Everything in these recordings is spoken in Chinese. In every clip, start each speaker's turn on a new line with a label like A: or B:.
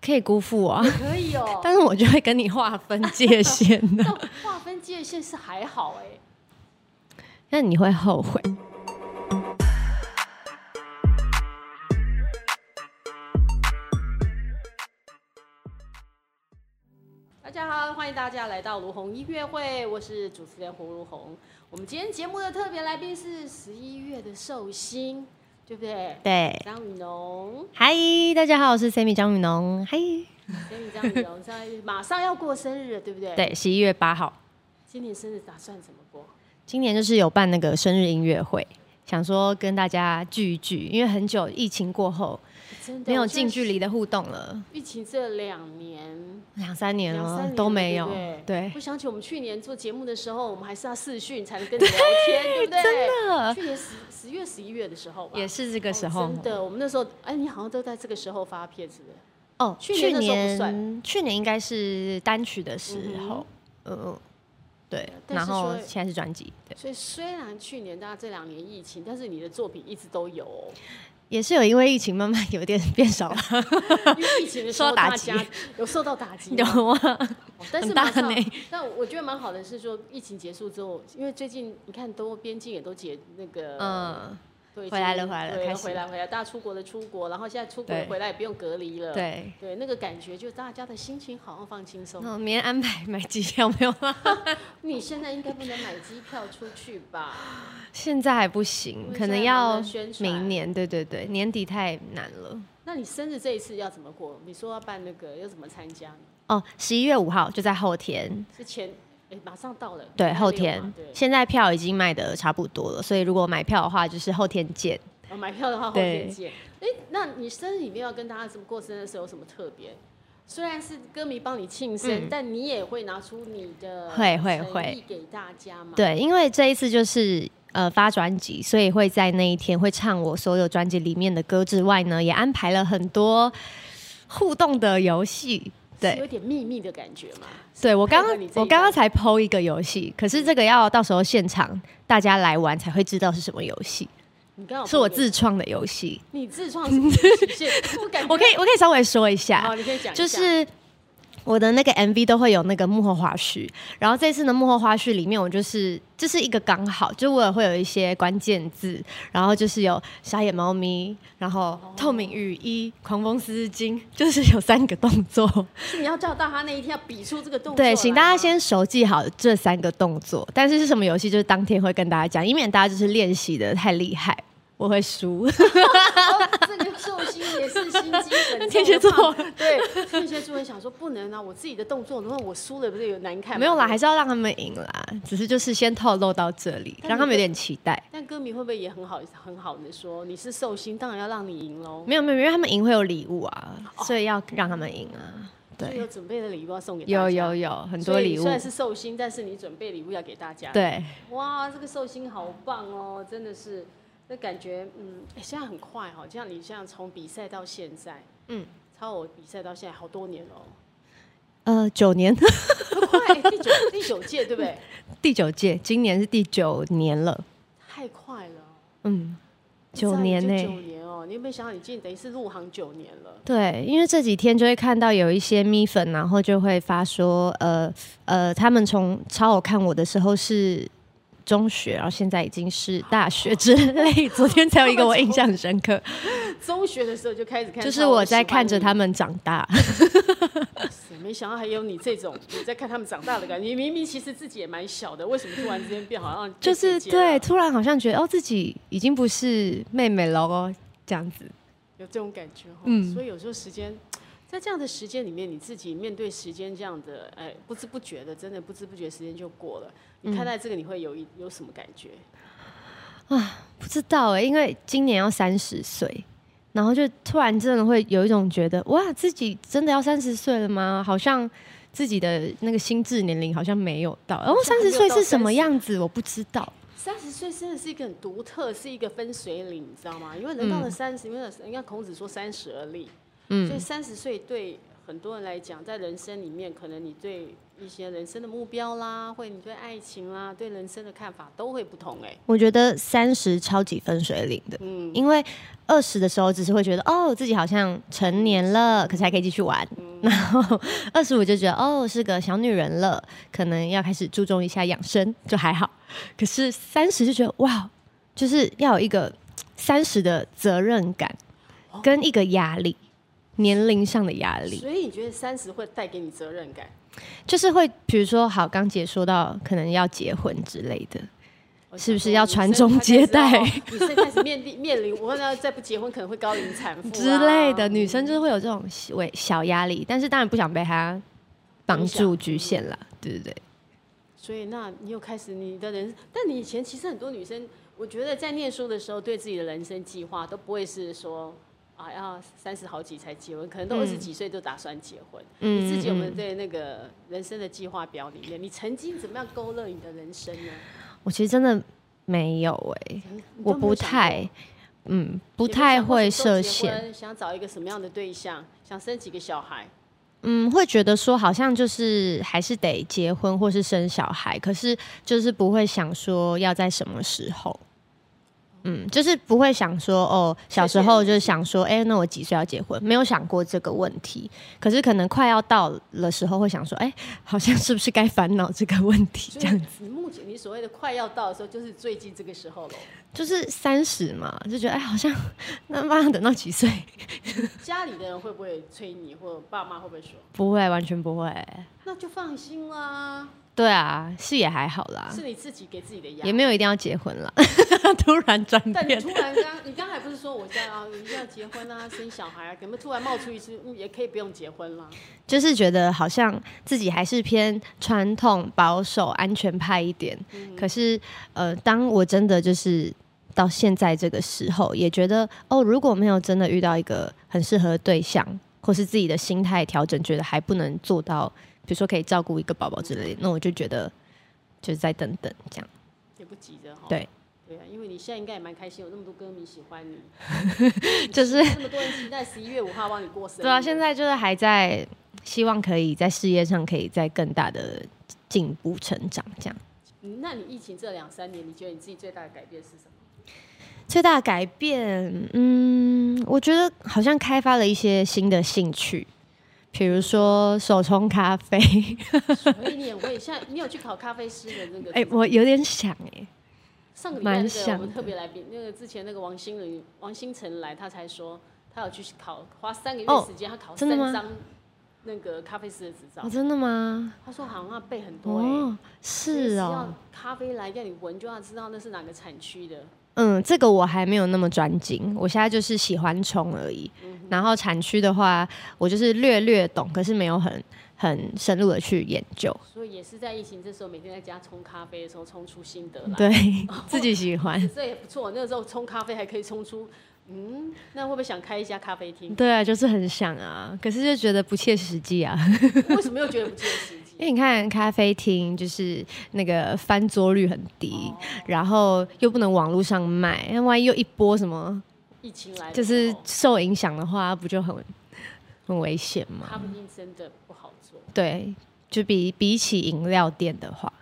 A: 可以辜负我、 啊，
B: 可以哦。
A: 但是我就会跟你划分界限 的。
B: 那划分界限是还好哎、
A: 那你会后悔。
B: 大家好，欢迎大家来到卢红音乐会，我是主持人胡卢红。我们今天节目的特别来宾是十一月的寿星，对不对？
A: 对，
B: 张雨农，
A: 嗨，大家好，我是 Sammy 张雨农。嗨，
B: 所以张雨农在马上要过生日了，对不对？，
A: 对，十一月八号，
B: 今年生日打算怎么过？
A: 今年就是有办那个生日音乐会，想说跟大家聚一聚，因为很久疫情过后
B: 真的
A: 没有
B: 我觉得
A: 近距离的互动了，
B: 疫情这两年。
A: 两三年
B: 两
A: 了
B: 三年
A: 啊都
B: 了
A: 没
B: 对
A: 有
B: 不对。
A: 对
B: 我，想起我们去年做节目的时候，我们还是要视讯才能跟你聊天，对不对？
A: 真的
B: 去年十十月、十一月的时候吧，
A: 也是这个时候。
B: 哦真的，我们那时候，哎，你好像都在这个时候发片，是不是？
A: 哦，
B: 去
A: 去
B: 年那时候不
A: 年去年应该是单曲的时候，嗯嗯，对，
B: 但
A: 然
B: 是说
A: 后现在是专辑，对，
B: 所以虽然去年大家这两年疫情，但是你的作品一直都 有、哦。
A: 也是有因为疫情慢慢有点变少了，
B: 因为疫情的时候，
A: 受到
B: 大
A: 打击
B: 家有受到 打击吗，
A: 有啊，
B: 哦但是
A: 很大
B: 马上
A: 呢。
B: 但我觉得蛮好的是说，疫情结束之后，因为最近你看都边境也都解那个，
A: 嗯，
B: 对，
A: 回来了
B: 已经
A: 回来了
B: 对
A: 开始
B: 回来回来，大家出国的出国，然后现在出国
A: 对
B: 回来也不用隔离了，
A: 对。
B: 对，那个感觉就大家的心情好像放轻松。
A: 那我明天安排买机票没有啦？
B: 你现在应该不能买机票出去吧？
A: 现在还不
B: 因
A: 行，
B: 为
A: 可能
B: 现在还
A: 要
B: 没有宣传
A: 明。年。对对对，年底太难了。
B: 那你生日这一次要怎么过？你说要办那个，要怎么参加？
A: 哦，十一月五号就在后天，
B: 是前哎，马上到了，
A: 对
B: 礼拜
A: 后
B: 六
A: 天
B: 嘛对。，
A: 现在票已经卖的差不多了，所以如果买票的话，就是后天见。
B: 哦买票的话后天
A: 对
B: 见。哎，那你生日里面要跟大家怎么过生日的时候有什么特别？虽然是歌迷帮你庆生，但你也会拿出你的
A: 嗯会会
B: 诚意
A: 会
B: 给大家嘛？
A: 对，因为这一次就是呃发专辑，所以会在那一天会唱我所有专辑里面的歌之外呢，也安排了很多互动的游戏。
B: 是
A: 对，
B: 有点秘密的感觉嘛？
A: 对我刚
B: 配合
A: 刚
B: 你自己
A: 我刚
B: 玩
A: 刚才剖一个游戏，可是这个要到时候现场大家来玩才会知道是什么游戏，
B: 你刚好
A: 是我自创的游戏。
B: 你自创什么游戏？我感 觉
A: 我可以我可以稍微说一下，
B: 好，你可以讲一下，
A: 就是我的那个 MV 都会有那个幕后花絮，然后这次的幕后花絮里面，我就是这是一个刚好，就我也会有一些关键字，然后就是有傻眼猫咪，然后
B: 哦
A: 透明雨衣、狂风丝巾，就是有三个动作。
B: 是你要叫到他那一天要比出这个动作。
A: 对，请大家。先熟记好这三个动作，但是是什么游戏，就是当天会跟大家讲，以免大家就是练习的太厉害，我会输。
B: 哦这个寿星也是心机很重的
A: 天蝎座
B: 胖对天蝎座也想说不能啊，我自己的动作，如果我输了，不是有难看吗？
A: 没有啦，还是要让他们赢啦，只是就是先透露到这里，
B: 但
A: 让他
B: 你
A: 们有
B: 会
A: 点期待。
B: 但歌迷会不会也很好很好的说你是寿星，当然要让你赢喽？
A: 没有没有，因为他们赢会有礼物啊，所以要让他们赢啊。
B: 所以
A: 对，
B: 有准备的礼物要送给大
A: 有
B: 家。
A: 有
B: 有
A: 有很多礼物
B: 虽，然是寿星，但是你准备礼物要给大家。，
A: 对，
B: 哇，这个寿星好棒哦，真的是，那感觉嗯，哎现在很快哦，就像你像从比赛到现在，
A: 嗯，
B: 超我比赛到现在好多年了哦，
A: 呃，九年
B: 很快、嗯哎 第九第九届对不对？
A: 第九届，今年是第九年了，
B: 太快了哦，
A: 嗯，九年呢、
B: 呢、九年哦，你有没有想到你今年等于是入行九年了？
A: 对，因为这几天就会看到有一些咪粉，然后就会发说，呃呃，他们从超我看我的时候是中学，然后现在已经是大学之类。 昨天才有一个我印象很深刻，
B: 中学的时候就开始看，
A: 就是我在看
B: 他
A: 着
B: 们。
A: 他们长大。
B: 是没想到还有你这种，你在看他们长大的感觉。你明明其实自己也蛮小的，为什么突然之间变好像
A: 就
B: 变
A: 是
B: 姐姐了
A: 对，突然好像觉得哦，自己已经不是妹妹了哦，这样子。
B: 有这种感觉哈？
A: 嗯
B: 所以有时候时间，在这样的时间里面，你自己面对时间这样的，哎，不知不觉的，真的不知不觉时间就过了。你看待这个，你会有一有什么感觉？
A: 不知道哎、因为今年要三十岁，然后就突然真的会有一种觉得哇，自己真的要三十岁了吗？好像自己的那个心智年龄好像没有到。然后
B: 像
A: 三
B: 还没
A: 十
B: 有
A: 岁
B: 到
A: 是什么
B: 30
A: 样子，我不知道。
B: 三十岁真的是一个很独特，是一个分水岭，你知道吗？因为人到了三十、因为人家孔子说三十而立，所以三十岁对很多人来讲，在人生里面，可能你对一些人生的目标啦，或者你对爱情啦，对人生的看法都会不同、哎，
A: 我觉得三十超级分水岭的，
B: 嗯，
A: 因为二十的时候只是会觉得哦，自己好像成年了，可是还可以继续玩。然后 二十五就觉得哦是个小女人了，可能要开始注重一下养生，就还好。可是三十就觉得哇，就是要有一个三十的责任感跟一个压力，年龄上的压力。
B: 所以你觉得三十会带给你责任感？
A: 就是会，比如说，好，刚姐说到可能要结婚之类的，
B: 我想
A: 是不是
B: 说
A: 要传宗接代
B: 女生开始哦女生开始面临面临，我要再不结婚可能会高龄产妇、啊、
A: 之类的，女生就是会有这种小微小压力，但是当然不想被她绑住局限啦，对不对？
B: 所以，那你有开始你的人，但你以前其实很多女生，我觉得在念书的时候，对自己的人生计划都不会是说啊要三十好几才结婚，可能都二十几岁就打算结婚。
A: 嗯
B: 你自己有没有
A: 嗯
B: 对那个人生的计划表里面，你曾经怎么样勾勒你的人生呢？
A: 我其实真的没有哎、
B: 你都
A: 我
B: 没有
A: 不
B: 想过
A: 太，嗯，不
B: 也没有
A: 太
B: 想过
A: 会
B: 什
A: 设
B: 么时候结
A: 限，
B: 婚，想找一个什么样的对象，想生几个小孩。
A: 嗯，会觉得说好像就是还是得结婚或是生小孩，可是就是不会想说要在什么时候。嗯，就是不会想说哦，小时候就是想说，哎、那我几岁要结婚？没有想过这个问题。可是可能快要到了时候，会想说，哎、好像是不是该烦恼这个问题？
B: 所
A: 这样
B: 以你目前你所谓的快要到的时候，就是最近这个时 候了。
A: 就是三十嘛，就觉得哎、好像那妈等到几岁？
B: 家里的人会不会催你，或爸妈会不会说，
A: 不会，完全不会。
B: 那就放心啦，
A: 对啊，是也还好啦，
B: 是你自己给自己的压
A: 也
B: 力。
A: 没有一定要结婚啦。 突然转
B: 但你
A: 变，
B: 突然刚，你刚才不是说我家啊一定要结婚 啊，生小孩啊，怎么突然冒出一句，嗯也可以不用结婚啦？
A: 就是觉得好像自己还是偏传统、保守、安全派一点。
B: 嗯
A: 可是，呃，当我真的就是到现在这个时候，也觉得哦，如果没有真的遇到一个很适合的对象，或是自己的心态调整，觉得还不能做到，比如说可以照顾一个宝宝之类的，那我就觉得就是再等等这样。
B: 也不急着哈。
A: 对。
B: 对啊，因为你现在应该也蛮开心，有那么多歌迷喜欢你，
A: 就是
B: 那么多人期待十一月五号帮你过生日。
A: 对啊，现在就是还在希望可以在事业上可以在更大的进步成长这样。
B: 嗯那你疫情这两三年，你觉得你自己最大的改变是什么？
A: 最大的改变，嗯，我觉得好像开发了一些新的兴趣，比如说手冲咖啡。
B: 所以你也会现在，你有去考咖啡师的那个？
A: 哎、我有点想哎、
B: 上个礼拜那
A: 蛮
B: 个
A: 像
B: 我们
A: 的
B: 特别来宾，那个之前那个王心凌、王心晨来，他才说他有去考，花三个
A: 哦
B: 月时间，他考
A: 真的吗
B: 三张那个咖啡师的执照
A: 哦，。真的吗？
B: 他说好像要背很多哎、
A: 哦，是哦，，
B: 咖啡来要你闻就要知道那是哪个产区的，
A: 嗯，这个我还没有那么专精，我现在就是喜欢冲而已。然后产区的话，我就是略略懂，可是没有很很深入的去研究。
B: 所以也是在疫情这时候，每天在家冲咖啡的时候冲出心得来。
A: 对，自己喜欢。？
B: 这也不错，那个时候冲咖啡还可以冲出，嗯，那会不会想开一家咖啡 厅
A: 对啊，就是很想啊，可是就觉得不切实际啊。
B: 为什么又觉得不切实际？
A: 因为你看咖啡厅就是那个翻桌率很低，然后又不能网络上卖，那万一又一波什么
B: 疫情来的
A: 就
B: 时
A: 是
B: 候
A: 受影响的话，不就很很危险吗？
B: 咖啡厅真的不好做，
A: 对，就比比起饮料店的话，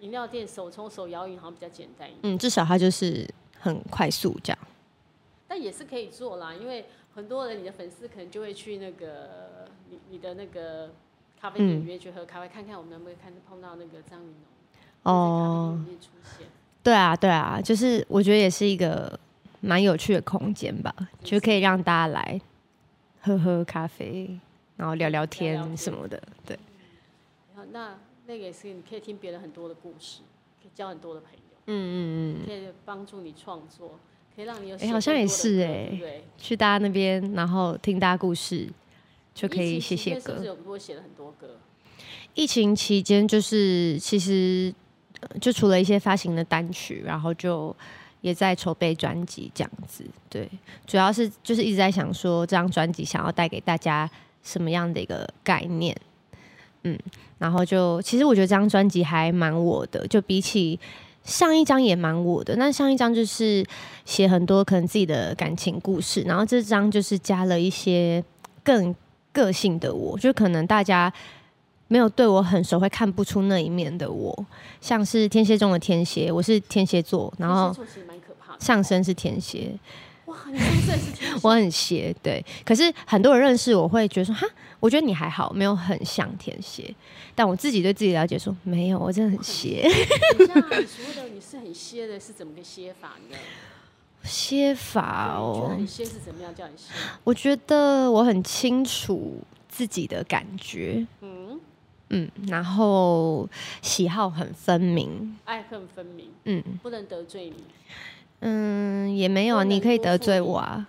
B: 饮料店手冲手摇饮好像比较简单一点，
A: 嗯，至少它就是很快速这样。
B: 但也是可以做啦，因为很多人你的粉丝可能就会去那个你你的那个咖啡店里面去喝咖啡，看看我们能不能看碰到那个张云龙
A: 哦
B: 在咖啡店，里面出现。
A: 对啊，对啊，就是我觉得也是一个蛮有趣的空间吧，就可以让大家来喝喝咖啡，然后聊聊
B: 聊聊
A: 天
B: 天
A: 什么的，对。
B: 然后那那个也是你可以听别人很多的故事，可以交很多的朋友，
A: 嗯嗯嗯，
B: 可以帮助你创作，可以让你有
A: 哎
B: 写
A: 好像
B: 更
A: 也
B: 多的
A: 是
B: 歌
A: 哎
B: 对不对？
A: 去大家那边，然后听大家故事，就可以
B: 疫
A: 写
B: 情期
A: 写
B: 间是不是
A: 歌。
B: 有多写了很多歌？
A: 疫情期间就是其实呃就除了一些发行的单曲，然后就也在筹备专辑这样子。对，主要是就是一直在想说这张专辑想要带给大家什么样的一个概念。嗯，然后就其实我觉得这张专辑还蛮我的，就比起上一张也蛮我的，那上一张就是写很多可能自己的感情故事，然后这张就是加了一些更个性的我，就可能大家没有对我很熟会看不出那一面的我，像是天蝎中的天蝎，我是天蝎座，然
B: 天蝎
A: 后
B: 座其实蛮可怕的。
A: 上身是天蝎，
B: 哇，你真的是天蝎
A: 我很邪，对。可是很多人认识我会觉得说，哈，我觉得你还好，没有很像天蝎，但我自己对自己了解说，没有，我真的很邪，
B: 等一下啊，你说的你是很歇的，是怎么个歇法呢？
A: 歇法
B: 你觉得
A: 哦
B: 很。歇是怎么样叫你歇？
A: 我觉得我很清楚自己的感觉，
B: 嗯，
A: 嗯，然后喜好很分明，
B: 爱恨分明，
A: 嗯
B: 不能得罪你。
A: 嗯，也没有啊，
B: 不能
A: 你可以
B: 辜
A: 得
B: 负
A: 罪
B: 你
A: 我啊，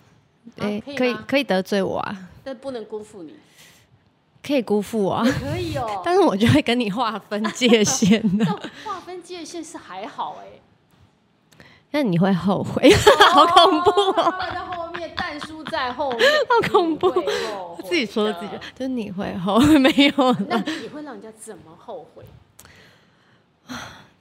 B: 啊
A: 对，
B: 可以
A: 可以
B: 吗
A: 可以得罪我啊，
B: 但不能辜负你，
A: 可以辜负我啊，
B: 可以哦。
A: 但是我就会跟你划分界限啊的、
B: 但划分界限是还好哎、
A: 那你会后悔， 好恐怖哦！
B: 他们在后面，蛋叔在后面，
A: 好恐怖
B: 你会后悔的
A: 自己说自己，就是你会后悔没有
B: 那
A: 啦。
B: 你会让人家怎么后悔？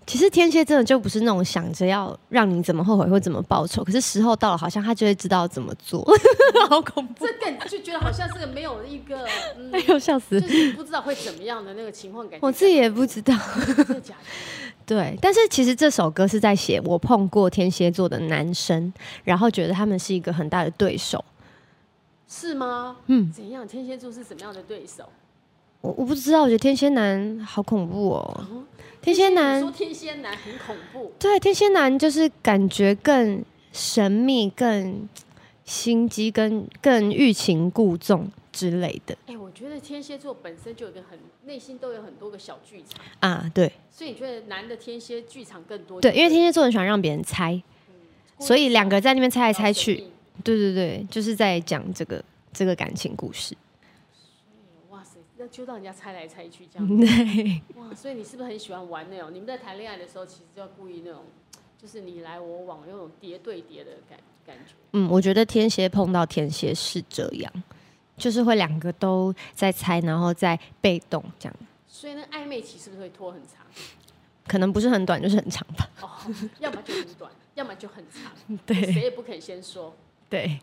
A: 其实天蝎真的就不是那种想着要让你怎么后悔或怎么报仇，可是时候到了，好像他就会知道怎么做， 好恐怖！
B: 这个就觉得好像是个没有一个，嗯
A: 哎，呦，笑死
B: 就！是不知道会怎么样的那个情况感觉。
A: 我自己也不知道。
B: 真的假的？
A: 对，但是其实这首歌是在写我碰过天蝎座的男生，然后觉得他们是一个很大的对手。
B: 是吗？嗯，怎样？天蝎座是怎么样的对手？
A: 我我不知道，我觉得天蝎男好恐怖哦。天蝎
B: 你
A: 男
B: 说天蝎男很恐怖，
A: 对，天蝎男就是感觉更神秘、更心机、更更欲擒故纵之类的
B: 哎、我觉得天蝎座本身就有一个很内心都有很多个小剧场，
A: 啊。对
B: 所以你觉得男的天蝎剧场更多？
A: 对，因为天蝎座很喜欢让别人猜，所以两个在那边猜来猜去。。对对对，就是在讲这个这个感情故事。
B: 哇塞，那就让人家猜来猜去这样。
A: 对，
B: 哇，所以你是不是很喜欢玩那种？你们在谈恋爱的时候，其实就要故意那种，就是你来我往，有种叠对叠的感感觉。
A: 嗯，我觉得天蝎碰到天蝎是这样，就是会两个都在猜，然后在被动这样。
B: 所以那暧昧期是不是会拖很长？
A: 可能不是很短，就是很长吧。
B: 哦，要么就很 短，要么就很长，
A: 对
B: 谁也不肯先说。
A: 对，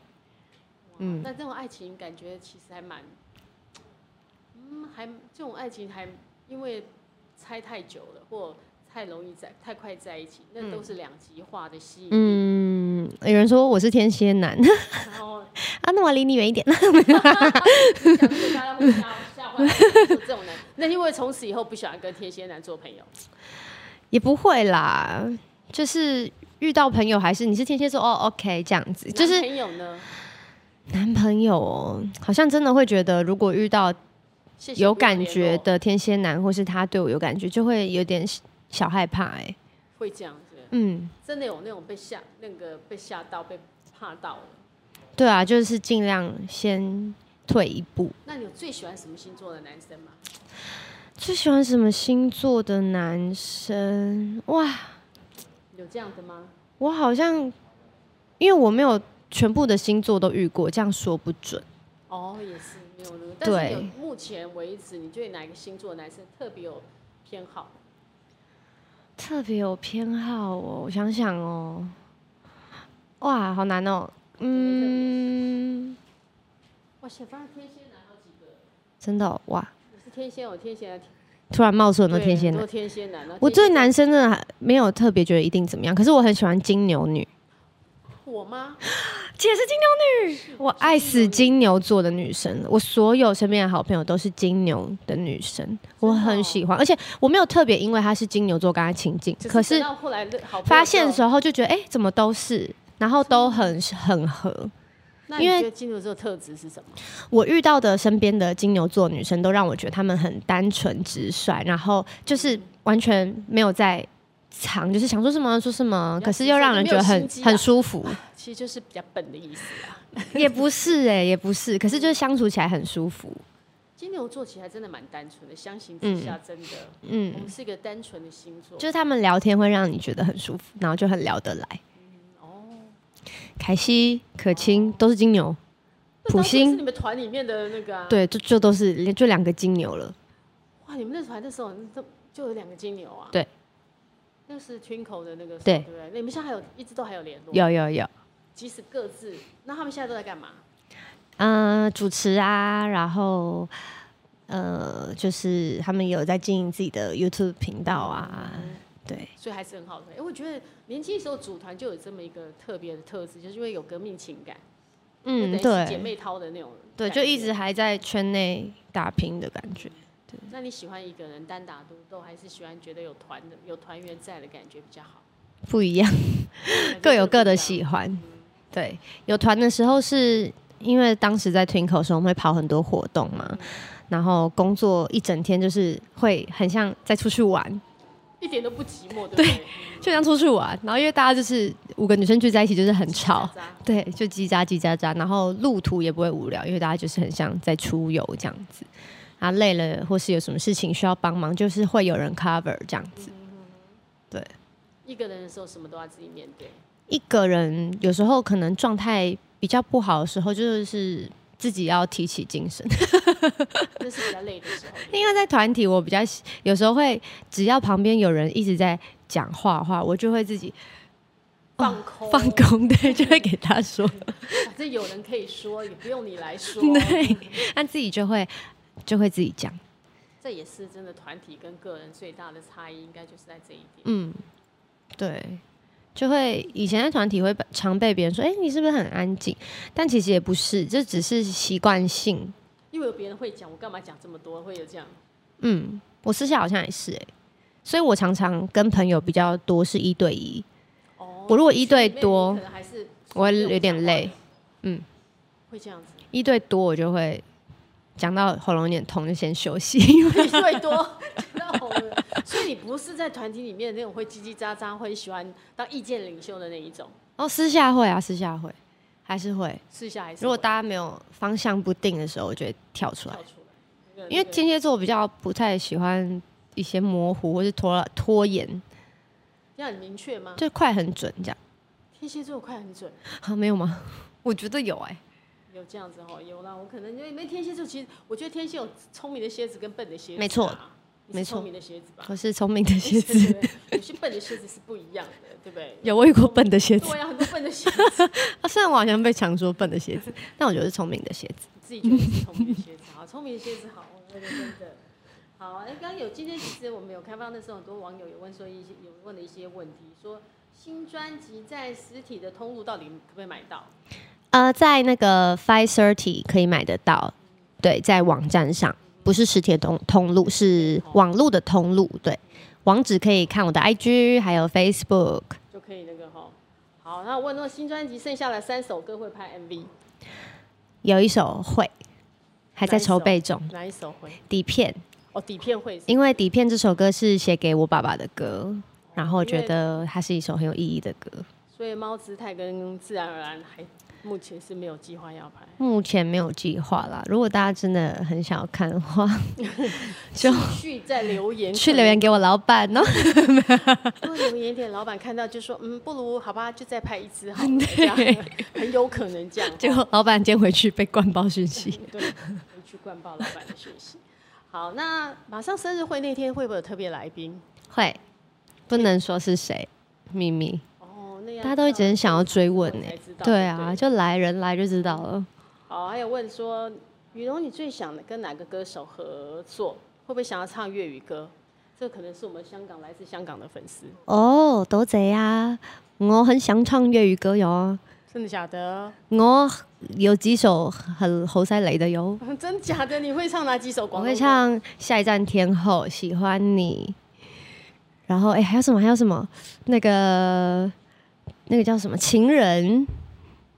B: 嗯
A: 嗯，
B: 那这种爱情感觉其实还蛮，嗯，还这种爱情还因为猜太久了，或太容易在太快在一起，那都是两极化的吸引。嗯，
A: 嗯，有人说我是天蝎男
B: 然后
A: 啊，那我离你远一点。
B: 讲出来让他们吓吓坏了，说这种人，那因为从此以后不喜欢跟天蝎男做朋友。
A: 也不会啦，就是遇到朋友还是你是天蝎座哦，OK 这样子，就
B: 男
A: 是
B: 朋友呢，
A: 男朋友哦，好像真的会觉得，如果遇到
B: 谢谢
A: 有
B: 不用
A: 感
B: 联
A: 觉
B: 络
A: 的天蝎男，或是他对我有感觉，就会有点小害怕哎、
B: 会这样子，
A: 嗯，
B: 真的有那种被吓那个被吓到被怕到了。
A: 对啊，就是尽量先退一步。
B: 那你有最喜欢什么星座的男生吗？
A: 最喜欢什么星座的男生？哇，
B: 有这样的吗？
A: 我好像因为我没有全部的星座都遇过，这样说不准。
B: 哦，也是没有那个，但是
A: 对
B: 有目前为止，你对哪一个星座的男生特别有偏好？
A: 特别有偏好哦，我想想哦，哇，好难哦，嗯，
B: 哇塞，发现天蝎男好几个，
A: 真的哦、哇，
B: 你是天蝎，我天蝎男，啊
A: 突然冒出很多
B: 对啊
A: 天蝎
B: 很
A: 男
B: 多。天蝎男。然后啊
A: 我
B: 天
A: 对
B: 蝎
A: 男生真的还没有特别觉得一定怎么样，可是我很喜欢金牛女，
B: 我吗？
A: 姐是金牛女，我爱死金牛座的女生了。我所有身边的好朋友都是金牛的女生，我很喜欢，而且我没有特别因为她是金牛座跟她亲近，可
B: 等
A: 是
B: 到后来好
A: 发现的时
B: 说，
A: 候就觉得，哎、怎么都是，然后都很
B: 嗯
A: 很合。
B: 那你
A: 因为
B: 觉得金牛座的特质是什么？
A: 我遇到的身边的金牛座女生，都让我觉得她们很单纯直率，然后就是完全没有在藏，就是想说什么说什么，
B: 比较
A: 可是又让人觉得
B: 没有心
A: 很
B: 机啊
A: 很舒 服。
B: 其实就是比较笨的意思啊。
A: 也不是哎、也不是，可是就是相处起来很舒服。
B: 金牛座其实还真的蛮单纯的，相形之下真的，
A: 嗯
B: 我，们是一个单纯的星座。
A: 就是他们聊天会让你觉得很舒服，然后就很聊得来。
B: 哦，
A: 凯西、可卿都是金牛，普
B: 那当然是
A: 星
B: 你们团里面的那个啊。，哦
A: 对，就就都是就两个金牛了。
B: 哇，你们那团的时候就就有两个金牛啊。
A: 对。
B: 那是 Twinkle 的那个时候
A: 对
B: 对不对？你们现在还有一直都还有联络，
A: 有有有，
B: 即使各自，那他们现在都在干嘛？
A: 嗯、主持啊，然后呃，就是他们也有在经营自己的 YouTube 频道啊，对，
B: 所以还是很好的。哎、我觉得年轻的时候组团就有这么一个特别的特质，就是因为有革命情感，就等
A: 嗯，
B: 于是姐
A: 对，
B: 妹掏的那种感觉。
A: 对，就一直还在圈内打拼的感觉。
B: 那你喜欢一个人单打独斗，还是喜欢觉得有团的、有团员在的感觉比较好？
A: 不一样，各有各的喜
B: 欢。
A: 欢。对，有团的时候是因为当时在 Twinkle 的时候，我们会跑很多活动
B: 嗯
A: 嘛，然后工作一整天就是会很像在出去玩，
B: 一点都不寂寞，对不对？
A: 就像出去玩。然后因为大家就是五个女生聚在一起，就是很吵，
B: 渣渣
A: 对，就叽喳叽喳喳，然后路途也不会无聊，因为大家就是很像在出游这样子。啊，累了或是有什么事情需要帮忙，就是会有人 cover 这样子。
B: 一个人的时候，什么都要自己面对。
A: 一个人有时候可能状态比较不好的时候，就是自己要提起精神。
B: 那是比较累的时候。
A: 因为在团体，我比较喜有时候会，只要旁边有人一直在讲话的话，我就会自己
B: 放空，
A: 放，空， 对，就会给他说，
B: 反正有人可以说，也不用你来说。
A: 对，那自己就会就会自己讲，
B: 这也是真的团体跟个人最大的差异，应该就是在这一点。
A: 嗯，对，就会以前在团体会常被别人说，哎、你是不是很安静？但其实也不是，这只是习惯性，
B: 因为有别人会讲，我干嘛讲这么多？会有这样，
A: 嗯，我私下好像也是、哎，所以我常常跟朋友比较多是一对一，
B: 哦
A: 我如果一对多
B: 可能还是
A: 我会有点累，
B: 嗯会这样子。
A: 一对多我就会讲到喉咙有点痛就先休息， 因为
B: 一对多，那红了。所以你不是在团体里面那种会叽叽喳喳，会喜欢当意见领袖的那一种。
A: 哦私下会啊，私下会还是会。
B: 试一下还是
A: 如果
B: 会
A: 大家没有方向不定的时候，我就会跳出来
B: 跳，出来，
A: 因为天蝎座比较不太喜欢一些模糊或是拖拖延，
B: 要很明确吗？
A: 就快很准这样。
B: 天蝎座快很准，
A: 啊， 没有吗？我觉得有哎、
B: 有这样子哦，有啦。我可能因为因为天蝎座，其实我觉得天蝎有聪明的蝎子跟笨的蝎子吧，
A: 没错
B: 你是
A: 没错
B: 聪明的蝎子吧。
A: 我是聪明的蝎
B: 对
A: 子，
B: 对对有些笨的蝎子是不一样的，对不对？
A: 有我遇过笨的蝎子
B: 对呀，很多笨的蝎子，
A: 啊，虽然我好像被常说笨的蝎子，但我觉得是聪明的蝎子。
B: 你自己觉得是聪明的蝎子好，聪明的蝎子好，那个真的好。那刚刚有今天其实我们有开放，那时候很多网友有问说一些有问了一些问题，说新专辑在实体的通路到底可不可以买到？
A: 呃，在那个 Five Thirty 可以买得到，对，在网站上，不是实体的通通路，是网路的通路，对，网址可以看我的 IG 还有 Facebook。
B: 就可以那个哈。好，那我问说新专辑剩下的三首歌会拍 MV，
A: 有一首会还在筹备中，
B: 哪一首会？
A: 底片，
B: 哦，底片会是
A: 因为底片这首歌是写给我爸爸的歌，然后我觉得它是一首很有意义的歌。
B: 所以猫姿态跟自然而然还目前是没有计划要拍。
A: 目前没有计划啦，如果大家真的很想要看的 话，就
B: 去在留言，
A: 去留言给我老板哦。
B: 如果留言点，老板看到就说，嗯，不如好吧，就再拍一支好 了，这样很有可能这样。
A: 结果老板今天回去被灌爆讯息。
B: 对，回去灌爆老板的讯息。好，那马上生日会那天会不会有特别来宾？
A: 会，不能说是谁，秘密，
B: 哦，那样
A: 大家都一直很想要追问呢、
B: 才知道
A: 对啊，
B: 对
A: 就来人来就知道了。
B: 好，还有问说，雨荣，你最想跟哪个歌手合作？会不会想要唱粤语歌？这可能是我们香港来自香港的粉丝，
A: 哦，多贼啊！我很想唱粤语歌哟，
B: 真的假的？
A: 我有几首很侯赛雷的哟。
B: 真假的？你会唱哪几首
A: 我
B: 广东歌？
A: 会唱《下一站天后》，喜欢你。然后哎、还有什么？还有什么？那个那个叫什么？情人，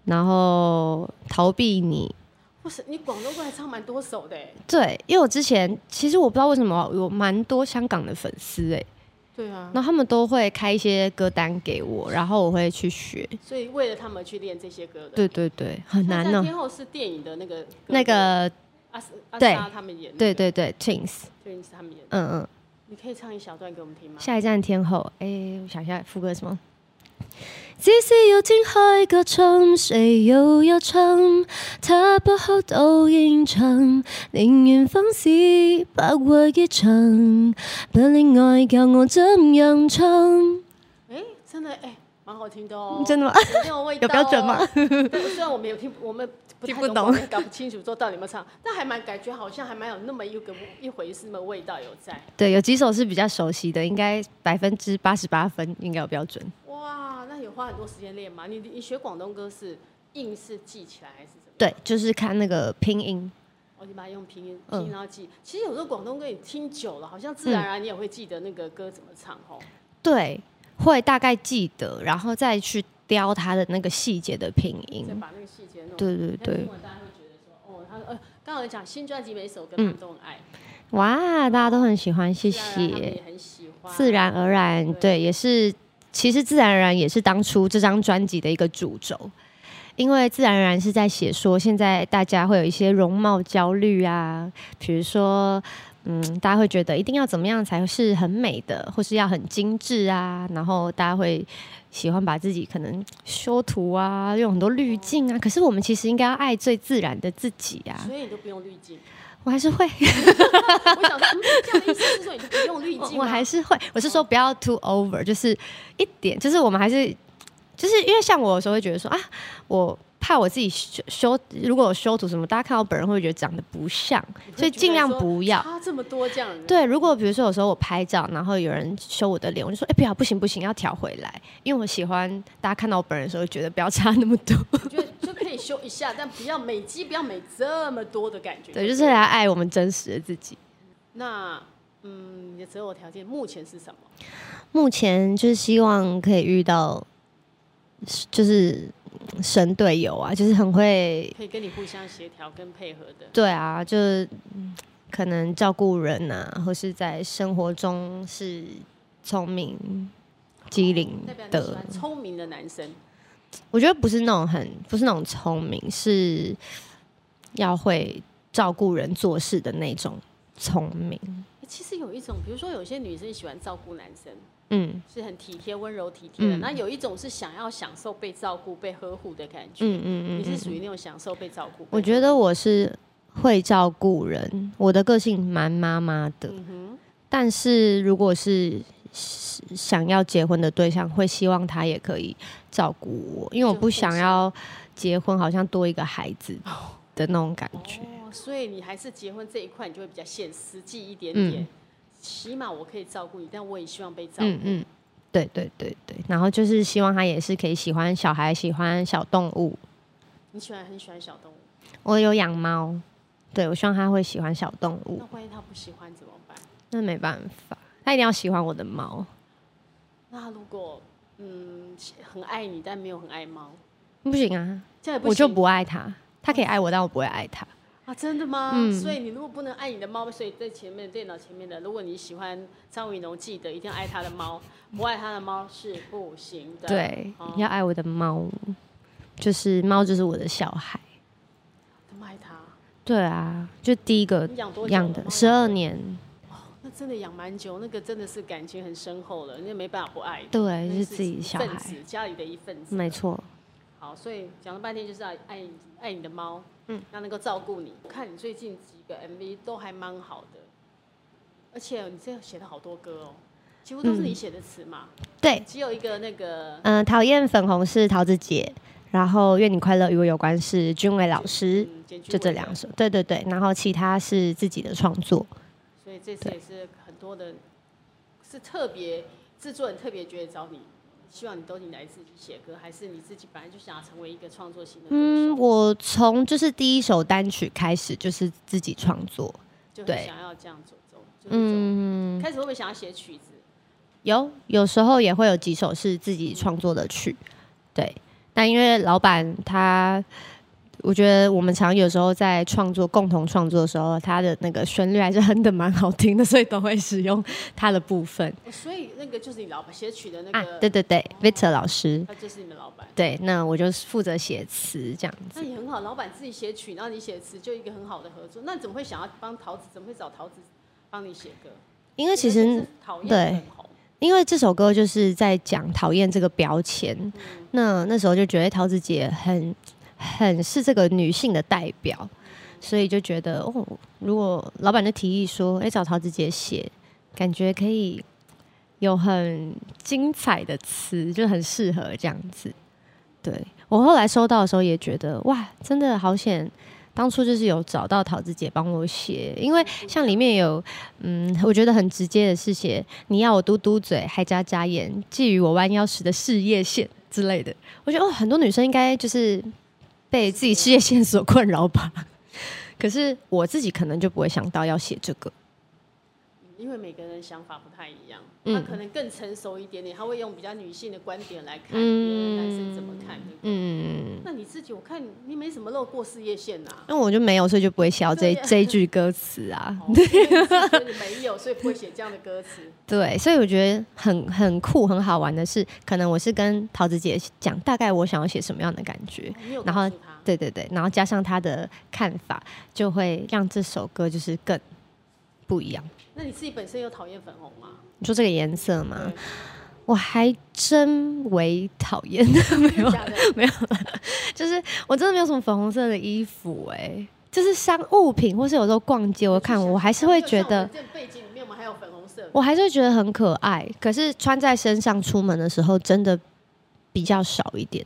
A: 然后逃避你，
B: 不是，你广东歌还唱蛮多首的欸。
A: 对，因为我之前其实我不知道为什么有蛮多香港的粉丝哎、
B: 对啊，
A: 然后他们都会开一些歌单给我，然后我会去学。
B: 所以为了他们去练这些歌的。
A: 对对对，很难
B: 那
A: 哦、
B: 在天后是电影的那个歌
A: 那个
B: 阿斯阿
A: 对
B: 莎他们演的，
A: 对对对，Twins，
B: 对，是他们演的。
A: 嗯嗯，
B: 你可以唱一小段给我们听吗？
A: 下一站天后，哎、我想一下副歌是什么。只是要展開個心，誰又一心，他不哭都應承，寧願放肆百過一層，不戀愛教我怎樣唱。
B: 哎，真的哎，蛮好听的哦。
A: 真的吗？
B: 有那种味道
A: 有
B: 哦
A: 标准吗？
B: 对虽然我们有听，我们不太
A: 听不懂
B: 广东搞不清楚说到底有没有唱，但还蛮感觉好像还蛮有那么一个一回事，那么味道有在。
A: 对，有几首是比较熟悉的，应该百分之八十八分应该有标准。
B: 哇，那有花很多时间练吗？你你学广东歌是硬是记起来还是怎么？
A: 对，就是看那个拼音。
B: 我哦就把它用拼音
A: 嗯嗯
B: 拼音然后记。其实有时候广东歌你听久了，好像自然而然你也会记得那个歌怎么唱哦。
A: 对，会大概记得，然后再去雕它的那个细节的拼音
B: 再。把那个细节弄。
A: 嗯对对
B: 那英
A: 对，
B: 文大家会觉得说，哦，他呃，刚好讲新专辑每首歌他们都很爱，
A: 哇，大家都很喜欢，嗯谢
B: 自然而然
A: 谢。
B: 他们也很喜欢。
A: 自然而然，
B: 对
A: 对，也是其实自然而然也是当初这张专辑的一个主轴。因为自然而然是在写说，现在大家会有一些容貌焦虑啊，比如说，嗯，大家会觉得一定要怎么样才是很美的，或是要很精致啊，然后大家会喜欢把自己可能修图啊，用很多滤镜啊。可是我们其实应该要爱最自然的自己啊。
B: 所以你都不用滤镜。
A: 我还是会，
B: 我想说，嗯这样的意思是说你都不用滤
A: 我
B: 镜 啊
A: 我
B: 吗哦
A: 还是会，我是说不要 too over，就是一点，就是我们还是，就是因为像我有时候会觉得说啊，我怕我自己修修，如果我修图什么，大家看到本人会觉得长得不像，
B: 你会
A: 所以
B: 觉
A: 尽
B: 得
A: 量
B: 说
A: 不要。
B: 差这么多这样子。
A: 对，如果比如说有时候我拍照，然后有人修我的脸，我就说，哎、不要，不行不行，要调回来，因为我喜欢大家看到我本人的时候，觉得不要差那么 多。
B: 我觉得就可以修一下，但不要美肌，不要美这么多的感觉。
A: 对，就是啊来爱我们真实的自己。
B: 那嗯，你的择偶条件目前是什么？
A: 目前就是希望可以遇到，就是神队友啊，就是很会
B: 可以跟你互相协调跟配合的。
A: 对啊，就是嗯可能照顾人啊，或是在生活中是聪明、机灵
B: 代表
A: 嗯
B: 你喜
A: 的。
B: 欢聪明的男生，
A: 啊我觉得不是那种很不是那种聪明，是要会照顾人做事的那种聪明。
B: 诶其实有一种，比如说有些女生喜欢照顾男生，
A: 嗯
B: 是很体贴、温柔、体贴的。
A: 嗯
B: 那有一种是想要享受被照顾、被呵护的感觉。
A: 嗯嗯
B: 你
A: 嗯
B: 是
A: 嗯，
B: 属于那种享受被照顾？
A: 我觉得我是会照顾人，我的个性蛮妈妈的。
B: 嗯哼，
A: 但是如果是是想要结婚的对象，会希望他也可以照顾我，因为我不想要结婚，好像多一个孩子的那种感觉。
B: 哦，所以你还是结婚这一块，你就会比较现实际一点
A: 嗯
B: 点。起码我可以照顾你，但我也希望被照顾。
A: 嗯嗯，对对对对。然后就是希望他也是可以喜欢小孩，喜欢小动物。
B: 你喜欢很喜欢小动物，
A: 我有养猫，对我希望他会喜欢小动物
B: 那，万一他不喜欢怎么办？
A: 那没办法，他一定要喜欢我的猫。
B: 那他如果嗯很爱你，但没有很爱猫，
A: 不行啊，
B: 这样也不
A: 我就
B: 行
A: 不爱他。他可以爱我，但我不会爱他。
B: 啊，真的吗？
A: 嗯
B: 所以你如果不能爱你的猫，所以在前面电脑前面的，如果你喜欢张云龙，记得一定要爱他的猫，不爱他的猫是不行的。，
A: 对
B: 哦，
A: 要爱我的猫，就是猫就是我的小孩。
B: 怎么爱他？
A: 对啊，就第一个
B: 你养多久了？
A: 养的
B: 猫
A: 十二，年，
B: 那真的养蛮久，那个真的是感情很深厚了，那没办法不爱。
A: 对，
B: 那
A: 就是自己
B: 一
A: 的小
B: 份
A: 孩，嗯
B: 子，家里的一份子。
A: 没错。
B: 好，所以讲了半天就是要爱你爱你的猫，嗯，要能够照顾你。我看你最近几个 MV 都还蛮好的，而且你这写了好多歌哦，几乎都
A: 嗯
B: 是你写的词嘛，
A: 对，
B: 只有一个那个
A: 嗯、讨厌粉红是桃子姐，然后愿你快乐与我有关是君伟老师，
B: 嗯，简
A: 就这两首。对对对，然后其他是自己的创作。
B: 所以这次也是很多的，是特别制作人特别觉得找你，希望你都你来自己写歌，还是你自己本来就想要成为一个创作型的歌手，
A: 嗯，我从就是第一首单曲开始就是自己创作。
B: 就很
A: 对
B: 想要这样走走，就是走。
A: 嗯，
B: 开始会不会想要写曲子？
A: 有有时候也会有几首是自己创作的曲，对。但因为老板他，我觉得我们常有时候在创作共同创作的时候，他的那个旋律还是哼的蛮好听的，所以都会使用他的部分
B: 哦所以那个就是你老板写曲 的那
A: 啊
B: 个。。
A: 对对对，Victor 老师，
B: 他就是你们老板，
A: 对，那我就负责写词这样子
B: 那。也很好。老板自己写曲，然后你写词，就一个很好的合作。那你怎么会想要帮桃子？怎么会找桃子帮你写歌？
A: 因为其
B: 你们
A: 实
B: 是讨厌
A: 对
B: 粉红，
A: 因为这首歌就是在讲讨厌这个标签，那那时候就觉得哎桃子姐很很是这个女性的代表，所以就觉得哦，如果老板就提议说，哎、找桃子姐写，感觉可以有很精彩的词，就很适合这样子。对我后来收到的时候也觉得哇，真的好险。当初就是有找到桃子姐帮我写，因为像里面有，嗯，我觉得很直接的是写你要我嘟嘟嘴，还眨眨眼，觊觎我弯腰时的事业线之类的。我觉得哦，很多女生应该就是被自己事业线所困扰吧。 可是我自己可能就不会想到要写这个，
B: 因为每个人想法不太一样，
A: 嗯
B: 他可能更成熟一点点，他会用比较女性的观点来看别人男生怎么看。对不对
A: 嗯，
B: 那你自己，我看你没什么露过事业线 呐、
A: 那我就没有，所以就不会写到这
B: 对呀
A: 这一句歌词啊。
B: 哦，因为你自己觉得没有，所以不会写这样的歌 词。哦
A: 对，所以我觉得很很酷、很好玩的是，可能我是跟桃子姐讲大概我想要写什么样的感觉，
B: 你有
A: 然
B: 告
A: 后
B: 诉他，
A: 对对对，然后加上她的看法，就会让这首歌就是更不一样。
B: 那你自己本身有讨厌粉红吗？
A: 你说这个颜色吗
B: 对？
A: 我还真为讨厌， 没有
B: 假的，
A: 就是我真的没有什么粉红色的衣服哎、就是商务品，或是有时候逛街，我看
B: 啊
A: 我还是会觉得，
B: 这背景里面我们还有粉红色，
A: 我还是会觉得很可爱。可是穿在身上出门的时候，真的比较少一点。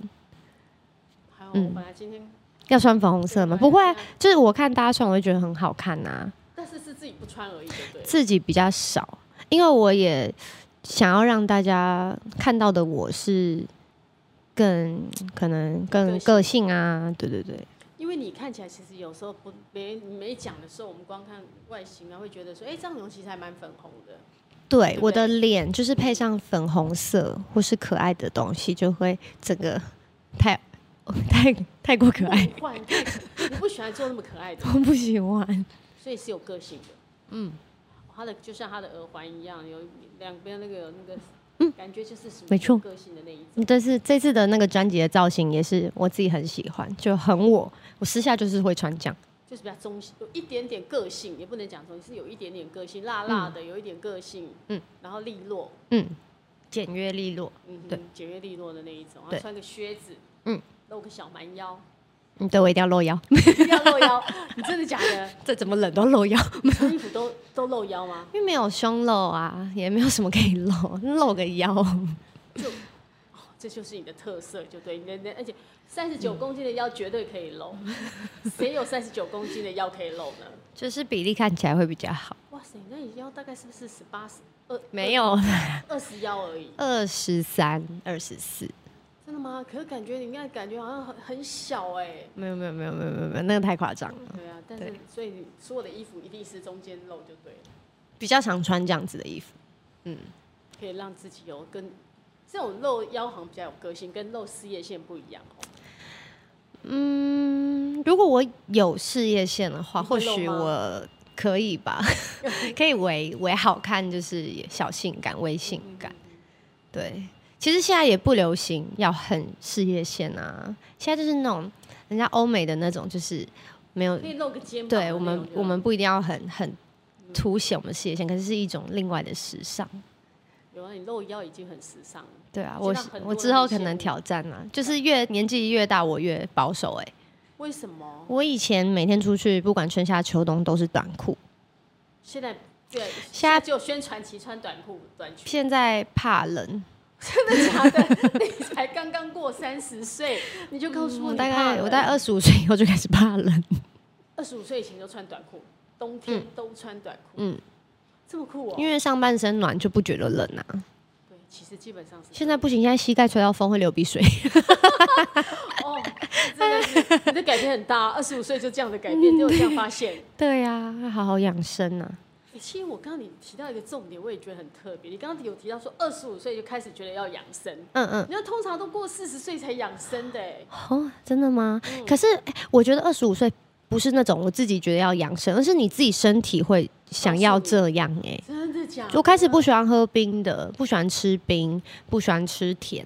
B: 还有我
A: 嗯
B: 本来今天，
A: 要穿粉红色吗？不会啊，就是我看大家穿，我会觉得很好看啊呐、
B: 但是是自己不穿而已，对不对了？
A: 自己比较少，因为我也想要让大家看到的我是更可能更
B: 个性
A: 个性啊，对对对，
B: 因为你看起来其实有时候不没你没讲的时候，我们光看外形啊，会觉得说，哎、张勇其实还蛮粉红的。
A: 对
B: 对
A: 我的脸就是配上粉红色或是可爱的东西，就会整个太 太太过可爱，
B: 不然太可，你不喜欢做那么可爱的，
A: 我不喜欢。
B: 所以是有个性的。嗯，他的就像他的耳环一样，有两边那个那个，感觉就是属于
A: 嗯没错
B: 有个性的那一种。
A: 但是这次的那个专辑的造型也是我自己很喜欢，就很我，我私下就是会穿这样。
B: 就是比较中性，有一点点个性，也不能讲中性，是有一点点个性，辣辣的，有一点个性，
A: 嗯，
B: 然后利落，
A: 嗯，简约利落。
B: 嗯哼，
A: 对
B: 简约利落的那一种，然后
A: 对
B: 穿个靴子，
A: 嗯，
B: 露个小蛮腰，
A: 嗯，对我一定要露腰，
B: 一定要露腰， 你真的假的？
A: 这怎么冷都露腰，
B: 你穿衣服都都露腰吗？
A: 因为没有胸露啊， 也没有什么可以露， 露个腰。
B: 这就是你的特色，就对，你的那而且三十九公斤的腰绝对可以露，谁有三十九公斤的腰可以露呢？
A: 就是比例看起来会比较好，
B: 哇塞，那你腰大概是不是十八十二？
A: 没有
B: 二十腰而已，
A: 二十三、二十四，
B: 真的吗？可是感觉你看，感觉好像很很小哎、
A: 没有没有没有没有没有没有，那个太夸张了，
B: 对啊，但是
A: 对
B: 所以你所有的衣服一定是中间露就对了，
A: 比较常穿这样子的衣服。
B: 可以让自己有跟这种露腰行比较有个性，跟露事业线不一样哦。
A: 嗯，如果我有事业线的话，
B: 你会
A: 或
B: 露
A: 许
B: 吗
A: 我可以 吧，可以为为好看，就是小性感、微性感。对，其实现在也不流行要很事业线啊，现在就是那种人家欧美的那种，就是没有
B: 可以露个肩膀的
A: 嗯对
B: 那种
A: 我
B: 就好。
A: 们，我们不一定要很很凸显我们事业线，可是是一种另外的时尚。
B: 有啊，你露腰已经很时尚了。
A: 对啊，
B: 现
A: 我
B: 在很
A: 我
B: 多
A: 之
B: 人
A: 后
B: 羡
A: 可能
B: 慕
A: 挑战啊，就是越年纪越大，我越保守、欸。哎，
B: 为什么
A: 我以前每天出去，不管春夏秋冬都是短裤，
B: 现在对
A: 现
B: 现
A: 在
B: 在只有宣传期穿短裤短裙？
A: 现在怕冷，
B: 真的假的？你才刚刚过三十岁，你就告诉我
A: 我
B: 你
A: 嗯大
B: 怕
A: 概
B: 冷
A: 我大概二十五岁以后就开始怕冷。
B: 二十五岁以前就穿短裤，冬天都穿短裤，
A: 嗯，
B: 这么酷哦。
A: 因为上半身暖就不觉得冷啊。
B: 对，其实基本上是
A: 现在不行，现在膝盖吹到风会流鼻水。
B: 哦，真的是你的改变很大，二十五岁就这样的改 变，就这样发现。
A: 对呀、啊，要好好养生啊。
B: 欸其实我刚刚你提到一个重点，我也觉得很特别。你刚刚有提到说二十五岁就开始觉得要养生，
A: 嗯嗯，
B: 你看通常都过四十岁才养生的、欸，
A: 哦，真的吗？
B: 嗯
A: 可是、哎我觉得二十五岁不是那种我自己觉得要养生，而是你自己身体会
B: 哦
A: 想要这样哎、
B: 真的假的？
A: 我开始不喜欢喝冰的，不喜欢吃冰，不喜欢吃甜，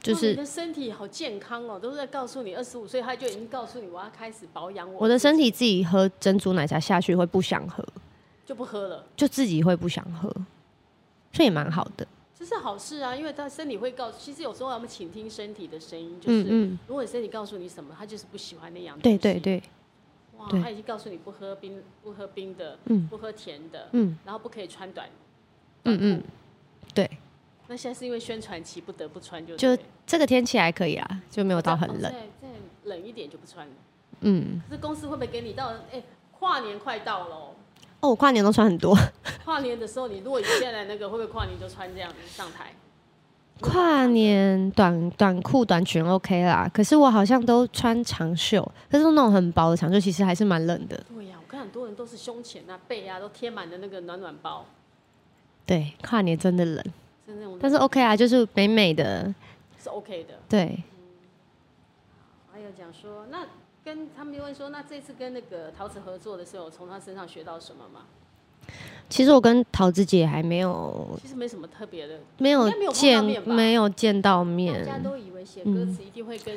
A: 就
B: 哇你
A: 是
B: 的身体好健康哦，都在告诉你二十五岁他就已经告诉你我要开始保养我，
A: 我的身体自己喝珍珠奶茶下去会不想喝，
B: 就不喝了，
A: 就自己会不想喝，所以也蛮好的。
B: 这是好事啊，因为他身体会告诉，其实有时候我们倾听身体的声音，就
A: 嗯
B: 是、
A: 嗯，
B: 如果你身体告诉你什么，他就是不喜欢那样东
A: 对
B: 西
A: 对，对，
B: 哇，
A: 对
B: 他已经告诉你不喝冰不喝冰的，
A: 嗯
B: 不喝甜的，
A: 嗯
B: 然后不可以穿短，
A: 嗯嗯，对，
B: 那现在是因为宣传期不得不穿就
A: 就
B: 对了
A: 这个天气还可以啦，就没有到很
B: 哦
A: 冷。
B: 再再冷一点就不穿了。
A: 嗯，
B: 可是公司会不会给你到？哎、跨年快到了哦，
A: 哦，我跨年都穿很多，
B: 跨年的时候，你如果你现在那个，会不会跨年就穿这样子上台？
A: 跨年短短裤、短裙 OK 啦，可是我好像都穿长袖，可是那种很薄的长袖，其实还是蛮冷的。
B: 对呀、我看很多人都是胸前啊、背啊都贴满了那个暖暖包，
A: 对，跨年真的冷，
B: 是那种，
A: 但是 OK 啊，就是美美的。
B: 是 OK 的。
A: 对，
B: 还有讲说，那跟他们就问说，那这次跟那个陶瓷合作的时候，从他身上学到什么吗？
A: 其实我跟桃子姐还没有
B: 其实没什么特别的，
A: 没有
B: 应该没有碰到
A: 见
B: 面吧
A: 没有见到
B: 大家
A: 面。
B: 都以为写歌词一定会跟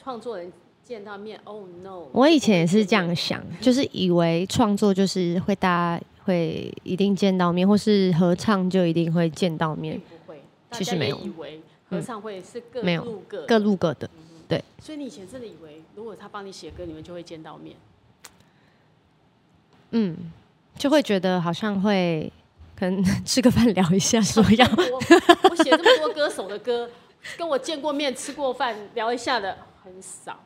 B: 创作人见到面。Oh no！
A: 嗯我以前也是这样想，就是以为创作就是会大家会一定见到面，或是合唱就一定会见到面
B: 并，不会，大
A: 其
B: 家
A: 实没
B: 也
A: 有嗯
B: 以为合唱会是各
A: 没有
B: 路各
A: 各路各的。
B: 所以你以前真的以为，如果他帮你写歌，你们就会见到面。
A: 嗯，就会觉得好像会可能 吃个饭聊一下说要，
B: 我我写这么多歌手的歌，跟我见过面、吃过饭、聊一下的很少。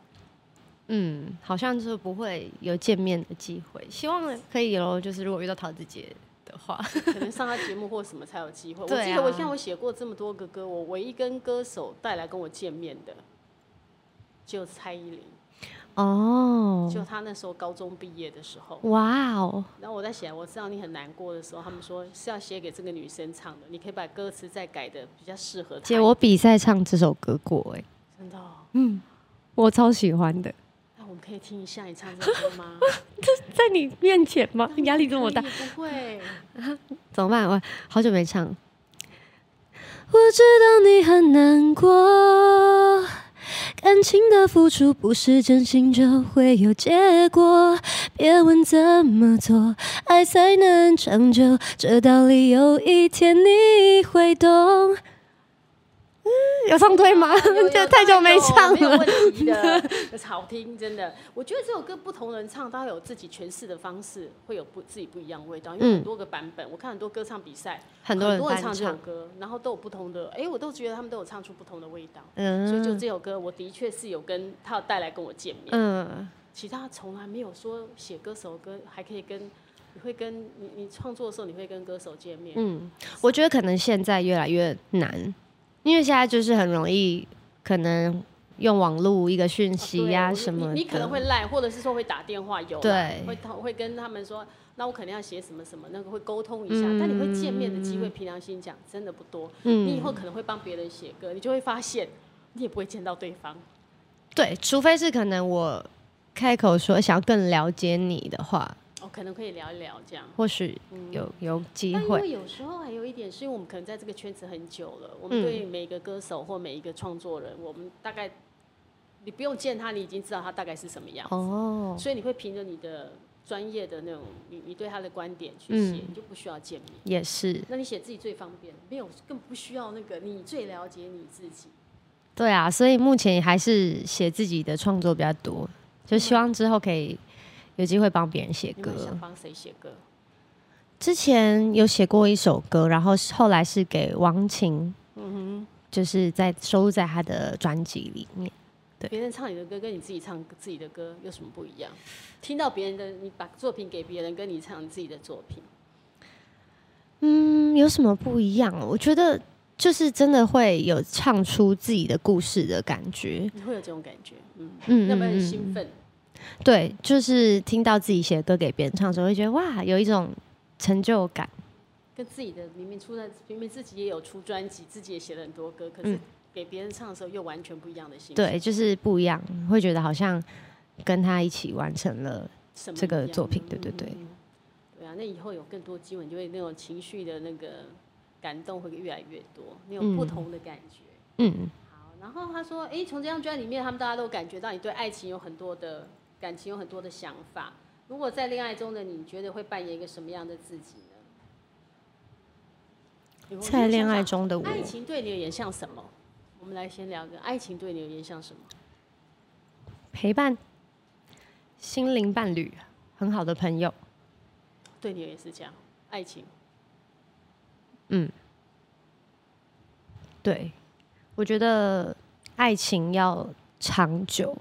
A: 嗯，好像就是不会有见面的机会。希望可以有，就是如果遇到桃子姐的话，
B: 可能上他节目或什么才有机会。我
A: 对
B: 记
A: 啊
B: 得我像我写过这么多个歌，我唯一跟歌手带来跟我见面的，就蔡依林，
A: 哦，
B: 就她那时候高中毕业的时候。
A: 哇哦，
B: 然后我在写，我知道你很难过的时候，他们说是要写给这个女生唱的，你可以把歌词再改的比较适合她。
A: 姐，我比赛唱这首歌过、哎，
B: 真的、哦，
A: 嗯我超喜欢的，
B: 那我们可以听一下你唱这首歌吗？
A: 在你面前吗？压力这么大
B: 可，以不会，
A: 怎么办？我好久没唱。我知道你很难过，感情的付出不是真心就会有结果。别问怎么做，爱才能长久，这道理有一天你会懂。嗯，有唱对吗？
B: 有有
A: 这太久没唱
B: 没有
A: 了。
B: 问 题的，是好听，真的。我觉得这首歌不同人唱，它有自己诠释的方式，会有不自己不一样的味道，因
A: 嗯
B: 为很多个版本。我看很多歌唱比赛，
A: 很
B: 很唱这首
A: 唱，
B: 歌，然后都有不同的，哎，我都觉得他们都有唱出不同的味道。所以就
A: 嗯
B: 这首歌，我的确是有跟他有带来跟我见面，
A: 嗯，
B: 其他从来没有说写歌手的歌还可以跟，你会跟你你创作的时候你会跟歌手见面，
A: 嗯，我觉得可能现在越来越难，因为现在就是很容易，可能用网络一个讯息
B: 啊对
A: 呀、
B: 我
A: 啊什么的
B: 你，你可能会赖，或者是说会打电话有啦，
A: 对
B: 会同会跟他们说，那我肯定要写什么什么，那个会沟通一下，但你会见面的机会，凭良心讲，真的不多。你以
A: 嗯，
B: 后可能会帮别人写歌，你就会发现你也不会见到对方，
A: 对，除非是可能我开口说想要更了解你的话，
B: 哦，可能可以聊一聊这样。
A: 或许有有机
B: 嗯但因
A: 会。
B: 为有时候还有一点，是因为我们可能在这个圈子很久了，我们
A: 嗯
B: 对每一个歌手或每一个创作人，我们大概你不用见他，你已经知道他大概是什么样子。
A: 哦，
B: 所以你会凭着你的专业的那种，你你对他的观点去
A: 嗯
B: 写，你就不需要见面。
A: 也是，
B: 那你写自己最方便，没有更不需要那个，你最了解你自己。
A: 对啊，所以目前还是写自己的创作比较多，就希望之后可以有机会帮别人写
B: 嗯你
A: 歌
B: 们。想帮谁写歌？
A: 之前有写过一首歌，然后是后来是给王琴，嗯就是在收录在她的专辑里面。对
B: 别人唱你的歌跟你自己唱自己的歌有什么不一样？听到别人的，你把作品给别人，跟你唱你自己的作品，
A: 嗯，有什么不一样？我觉得就是真的会有唱出自己的故事的感觉。
B: 你会有这种感觉，嗯，
A: 嗯
B: 要不
A: 嗯
B: 然很
A: 嗯
B: 兴奋。
A: 对，就是听到自己写歌给别人唱的时候，会觉得哇，有一种成就感。
B: 跟自己的明明出在明明自己也有出专辑，自己也写了很多歌，可是
A: 嗯
B: 给别人唱的时候又完全不一样的心情。
A: 对，就是不一样，会觉得好像跟他一起完成了。
B: 什么
A: 这个
B: 一样
A: 作品
B: 嗯
A: 对对
B: 嗯
A: 对
B: 嗯对啊，那以后有更多机会，你就会那种情绪的那个感动会越来越多，你有不
A: 嗯
B: 同的感觉。
A: 嗯，
B: 好，然后他说，诶，从这张专辑里面，他们大家都感觉到你对爱情有很多的感情，有很多的想法。如果在恋爱中的你，你觉得会扮演一个什么样的自己呢？你会
A: 在恋爱
B: 想想
A: 中的我，
B: 爱情对你而言像什么？我们来先聊个爱情对你而言像什么？
A: 陪伴、心灵伴侣、很好的朋友。
B: 对你而言是这样，爱情。
A: 对，我觉得爱情要长久，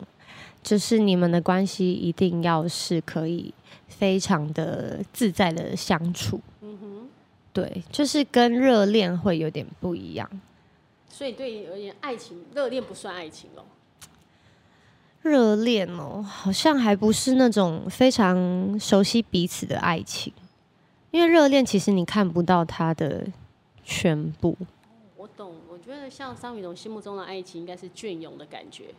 A: 就是你们的关系一定要是可以非常的自在的相处。嗯哼，对，就是跟热恋会有点不一样。
B: 所以对你而言，爱情热恋不算爱情哦。
A: 热恋哦，好像还不是那种非常熟悉彼此的爱情，因为热恋其实你看不到他的全部。
B: 我懂，我觉得像张雨龙心目中的爱情应该是隽永的感觉，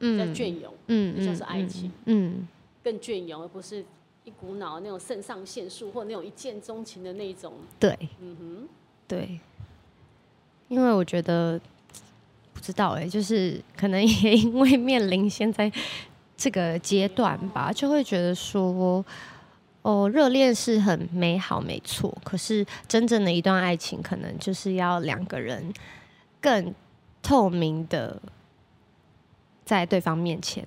A: 嗯
B: 叫隽永，
A: 嗯
B: 就像是爱情，
A: 嗯
B: 更隽永，而不是一股脑那种肾上腺素或那种一见钟情的那一种。
A: 对
B: 嗯哼，
A: 对，因为我觉得不知道哎、就是可能也因为面临现在这个阶段吧，就会觉得说。哦，热恋是很美好，没错。可是真正的一段爱情，可能就是要两个人更透明的在对方面前，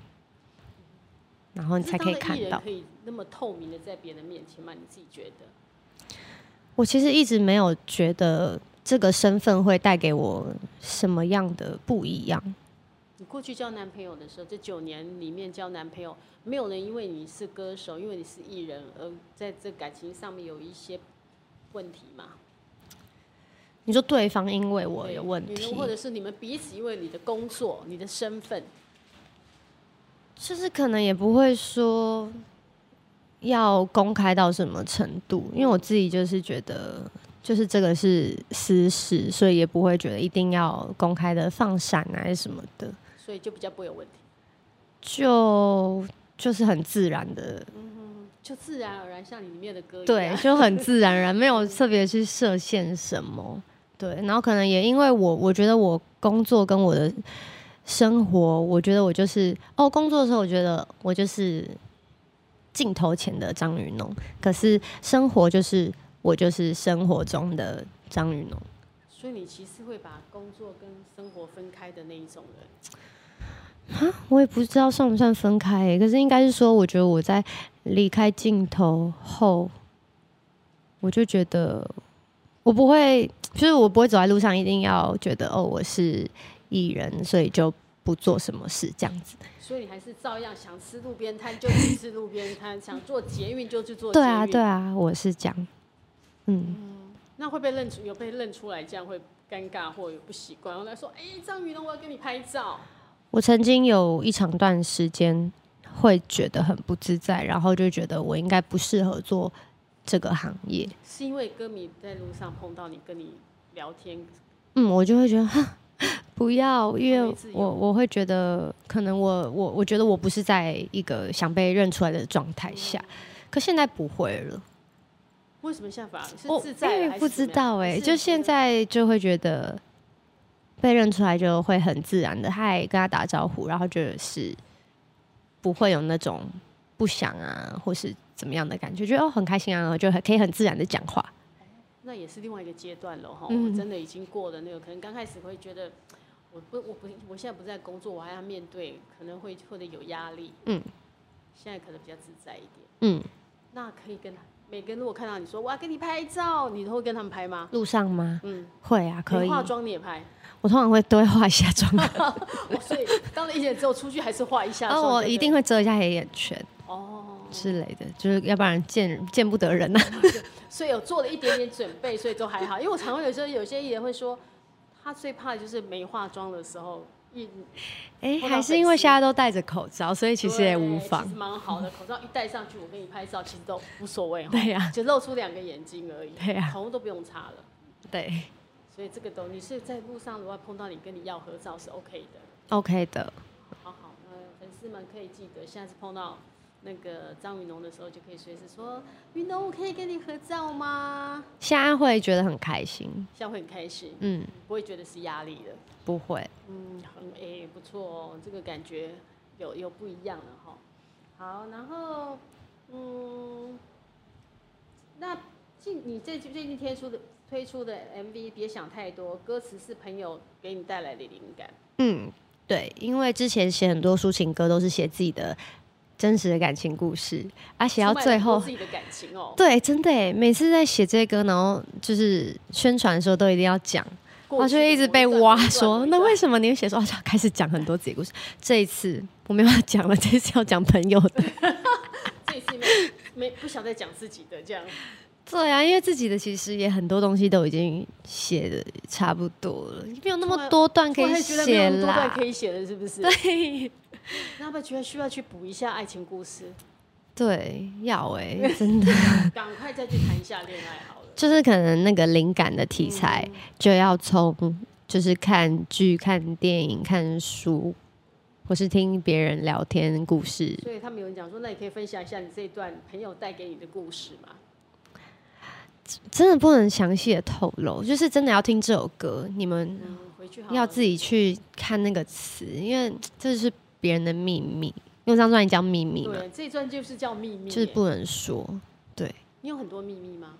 A: 然哦后你才可以看
B: 可是当个艺
A: 到
B: 人。可以那么透明的在别人面前吗？你自己觉得？
A: 我其实一直没有觉得这个身份会带给我什么样的不一样。
B: 你过去交男朋友的时候，这九年里面交男朋友，没有人因为你是歌手，因为你是艺人，而在这感情上面有一些问题嘛？
A: 你说对方因为我有问
B: 对
A: 题
B: 你，或者是你们彼此因为你的工作、你的身份，
A: 就是可能也不会说要公开到什么程度，因为我自己就是觉得，就是这个是私事，所以也不会觉得一定要公开的放闪啊还是什么的，
B: 所以就比较不会有问题，
A: 就就是很自然的，
B: 就自然而然像你里面的歌一样。
A: 对，就很自然而然，没有特别去设限什么。对，然后可能也因为我，我觉得我工作跟我的生活，我觉得我就是哦，工作的时候我觉得我就是镜头前的张雨农，可是生活就是我就是生活中的张雨农。
B: 所以你其实会把工作跟生活分开的那一种人。
A: 我也不知道算不算分开欸、可是应该是说，我觉得我在离开镜头后，我就觉得我不会，就是我不会走在路上一定要觉得哦，我是艺人，所以就不做什么事这样子。
B: 所以你还是照样想吃路边摊就去吃路边摊，想做捷运就去做捷
A: 对
B: 运。
A: 啊，对啊，我是这样。嗯，
B: 那会被认出，有被认出来，这样会尴尬或有不习惯。然后他说：“哎、张雨龙，我要跟你拍照。
A: 我曾经有一长段时间会觉得很不自在，然后就觉得我应该不适合做这个行业。”
B: 是因为歌迷在路上碰到你，跟你聊天，
A: 嗯，我就会觉得哈，不要，因
B: 好
A: 为
B: 没自由
A: 我我会觉得，可能我我我觉得我不是在一个想被认出来的状态
B: 嗯
A: 下，可现在不会了，
B: 为什么现在反而是
A: 我
B: 自在
A: 因
B: 还是怎么样？
A: 为不知道哎、
B: 还是
A: 就现在就会觉得被认出来就会很自然的嗨，跟他打招呼，然后就是不会有那种不想啊，或是怎么样的感觉，觉得哦很开心啊，然后就很可以很自然的讲话，
B: 嗯那也是另外一个阶段了哈。
A: 嗯
B: 我真的已经过了那个，可能刚开始会觉得，我不，我不，我现在不在工作，我还要面对，可能会或者有压力。
A: 嗯，
B: 现在可能比较自在一点。
A: 嗯，
B: 那可以跟他每个人如果看到你说我要跟你拍照，你都会跟他们拍吗？
A: 路上吗？
B: 嗯，
A: 会啊，可
B: 没
A: 以，
B: 化妆你也拍，
A: 我通常会都会化一下妆。
B: 哦、 所以当了艺人之后出去还是画一下
A: 啊，
B: 妆就对了。
A: 我一定会遮一下黑眼圈
B: 哦，
A: 之类的，就是要不然见见不得人啊呐、
B: 所以有做了一点点准备，所以都还好。因为我常会有时候有些艺人会说，他最怕的就是没化妆的时候，一
A: 哎、
B: 碰到
A: 还是因为现在都戴着口罩，所以其实也无
B: 对
A: 妨
B: 其实。蛮好的。口罩一戴上去，我跟你拍照其实都无所谓哈，
A: 对呀、
B: 就露出两个眼睛而已，
A: 对啊呀
B: 头都不用擦了。
A: 对
B: 所以这个都你是在路上如果碰到你跟你要合照是 OK 的。
A: ，OK 的，
B: 好好，呃，粉丝们可以记得，下次碰到那个张云龙的时候，就可以随时说：“云龙，我可以跟你合照吗
A: 现在嗯会觉得很开心，？”
B: 这样会很开心，
A: 嗯，
B: 不会觉得是压力的。
A: 不会，
B: 嗯，很诶、不错哦，这个感觉有有不一样了哈。好，然后嗯，那近你最近最近推出的推出的 MV，别想太多，歌词是朋友给你带来的灵感。
A: 嗯，对，因为之前写很多抒情歌都是写自己的真实的感情故事，啊，写到
B: 出卖了
A: 最
B: 很多
A: 后
B: 自。己的感情哦，
A: 对，真的耶每次在写这些歌，然后就是宣传的时候都一定要讲，
B: 过
A: 我
B: 去
A: 就一
B: 的
A: 直
B: 某一
A: 被
B: 段
A: 挖
B: 某一段某
A: 说，
B: 一
A: 那
B: 段
A: 为什么你会写说啊开始讲很多自己的故事？这一次我没办法讲了， 这一次要讲朋友的。
B: 这一次没没不想再讲自己的这样。
A: 对啊，因为自己的其实也很多东西都已经写的差不多了， 没有那么多段可
B: 我
A: 以
B: 还觉得没有
A: 写
B: 那么多段
A: 啦。
B: 可以写的，是不是？
A: 对
B: 那要不要觉得需要去补一下爱情故事？
A: 对，要哎、 真的
B: 赶快再去谈一下恋爱好了。
A: 就是可能那个灵感的题材就要从就是看剧、看电影、看书，或是听别人聊天故事。
B: 所以他们有人讲说，那你可以分享一下你这一段朋友带给你的故事嘛？
A: 真的不能详细的透露，就是真的要听这首歌，你们
B: 嗯，回去好好
A: 要自己去看那个词，因为这是别人的秘密。用这张专辑叫秘密嘛，
B: 对，这一段就是叫秘密耶，
A: 就是不能说。
B: 你有很多秘密吗？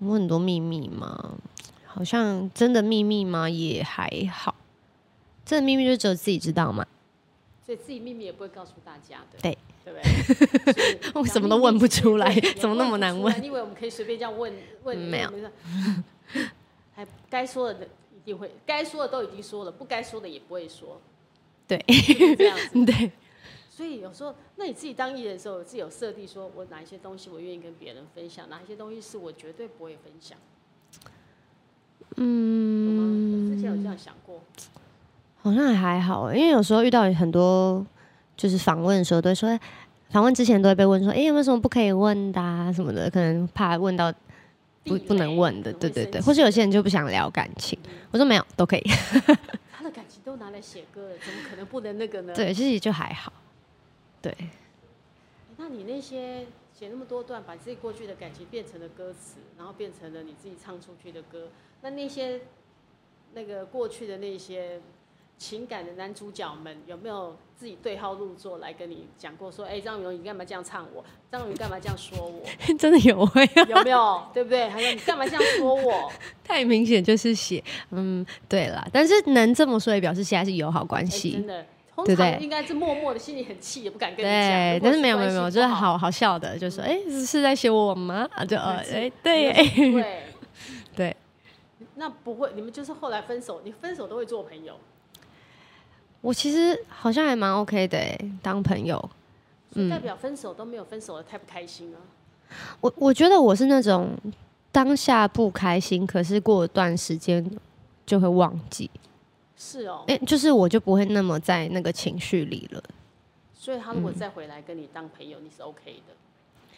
A: 我很多秘密吗？好像真的秘密吗？也还好，真的秘密就只有自己知道嘛。
B: 所以自己秘密也不会告诉大家的，
A: 对
B: 对不对？
A: 我什么都问不出来
B: 对
A: 怎么那么难问
B: 也不出来你以为我们可以随便这样问问？
A: 没有
B: 问，还该说的一定会，该说的都已经说了，不该说的也不会说，
A: 对
B: 是不是这样 子。
A: 对，
B: 所以有时候，那你自己当艺人的时候，自己有设定说我哪一些东西我愿意跟别人分享，哪一些东西是我绝对不会分享。嗯，有吗？之前有这样想过，
A: 好像还好欸，因为有时候遇到很多就是访问的时候，都会说哎访问之前都会被问说，哎、有没有什么不可以问的啊什么的，可能怕问到不
B: 地雷
A: 不能问的，
B: 可能会
A: 对对对，
B: 生气
A: 或是有些人就不想聊感情，我说没有都可以，
B: 他的感情都拿来写歌了，怎么可能不能那 个呢？
A: 对，其实就还好， 对，
B: 那你那些写那么多段，把自己过去的感情变成了歌词，然后变成了你自己唱出去的歌，那那些那个过去的那些情感的男主角们，有没有自己对号入座来跟你讲过说，哎、张雨荣，你干嘛这样唱我？张雨，你干嘛这样说我？
A: 真的有哎、
B: 有没有？对不对？还有你干嘛这样说我？
A: 太明显就是写，嗯，对啦，但是能这么说也表示现在是友好关
B: 哎
A: 系，
B: 真的，通
A: 对不对
B: 常应该是默默的心里很气，也不哎敢跟你讲。
A: 对
B: 如，果
A: 但是没有没有没
B: 关系
A: 有，
B: 不
A: 就是
B: 好。
A: 好
B: 嗯
A: 好笑的，就说哎、诶是在写我吗？啊，就呃
B: 没事
A: 哎、对 哎、
B: 对，
A: 对，
B: 那不会，你们就是后来分手，你分手都会做朋友。
A: 我其实好像还蛮 OK 的、诶当朋友。
B: 所以
A: 嗯
B: 代表分手都没有分手的太不开心了。啊
A: 我我觉得我是那种当下不开心，可是过一段时间就会忘记，
B: 是哦，
A: 哎、就是我就不会那么在那个情绪里了。
B: 所以他如果再回来跟你当朋友，你是 OK 的。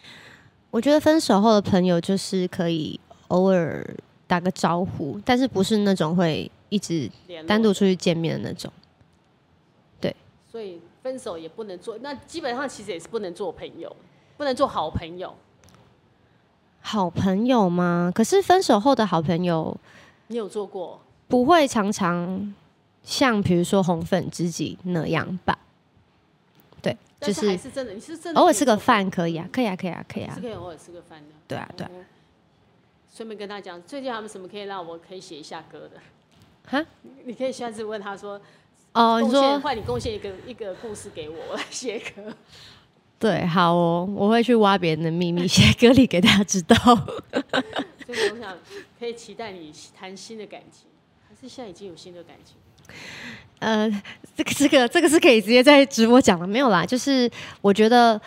A: 我觉得分手后的朋友就是可以偶尔打个招呼，但是不是那种会一直
B: 联络
A: 单独出去见面的那种。
B: 所以分手也不能做，那基本上其实也是不能做朋友，不能做好朋友。
A: 好朋友吗？可是分手后的好朋友
B: 你有做过？
A: 不会常常像比如说红粉知己那样吧？对，就
B: 但是还
A: 是
B: 是真的，你是真的
A: 偶尔吃个
B: 有
A: 饭可以啊，可以啊，可以啊，可以啊
B: 做朋友，是，可以偶尔吃个饭的。
A: 对啊，对啊，
B: 嗯顺便跟他讲，最近还有没有什么可以让我可以写一下歌的？
A: 哈，
B: 你可以下次问他说，
A: 哦，
B: 贡
A: 你
B: 献
A: 说
B: 换你贡献一个一个故事给我，我来写歌。
A: 对，好哦，我会去挖别人的秘密，写在歌里给大家知道。
B: 所以我想可以期待你谈新的感情，还是现在已经有新的感情？
A: 呃，这个这个这个是可以直接在直播讲的，没有啦。就是我觉得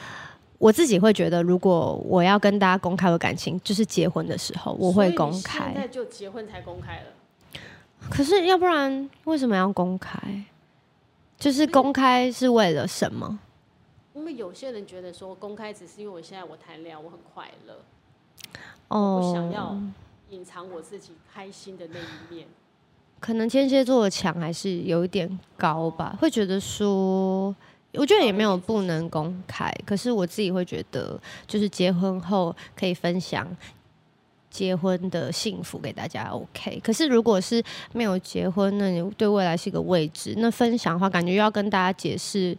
A: 我自己会觉得，如果我要跟大家公开我感情，就是结婚的时候我会公
B: 所以你现
A: 开。
B: 在就结婚才公开了，
A: 可是要不然为什么要公开？就是公开是为了什么？
B: 因为有些人觉得说公开只是因为我现在我谈恋爱我很快乐，我不想
A: 哦，
B: 要隐藏我自己开心的那一面。
A: 可能天蝎座的墙还是有一点高吧，会觉得说。我觉得也没有不能公开，可是我自己会觉得，就是结婚后可以分享结婚的幸福给大家，OK。可是如果是没有结婚，那你对未来是一个未知，那分享的话，感觉又要跟大家解释，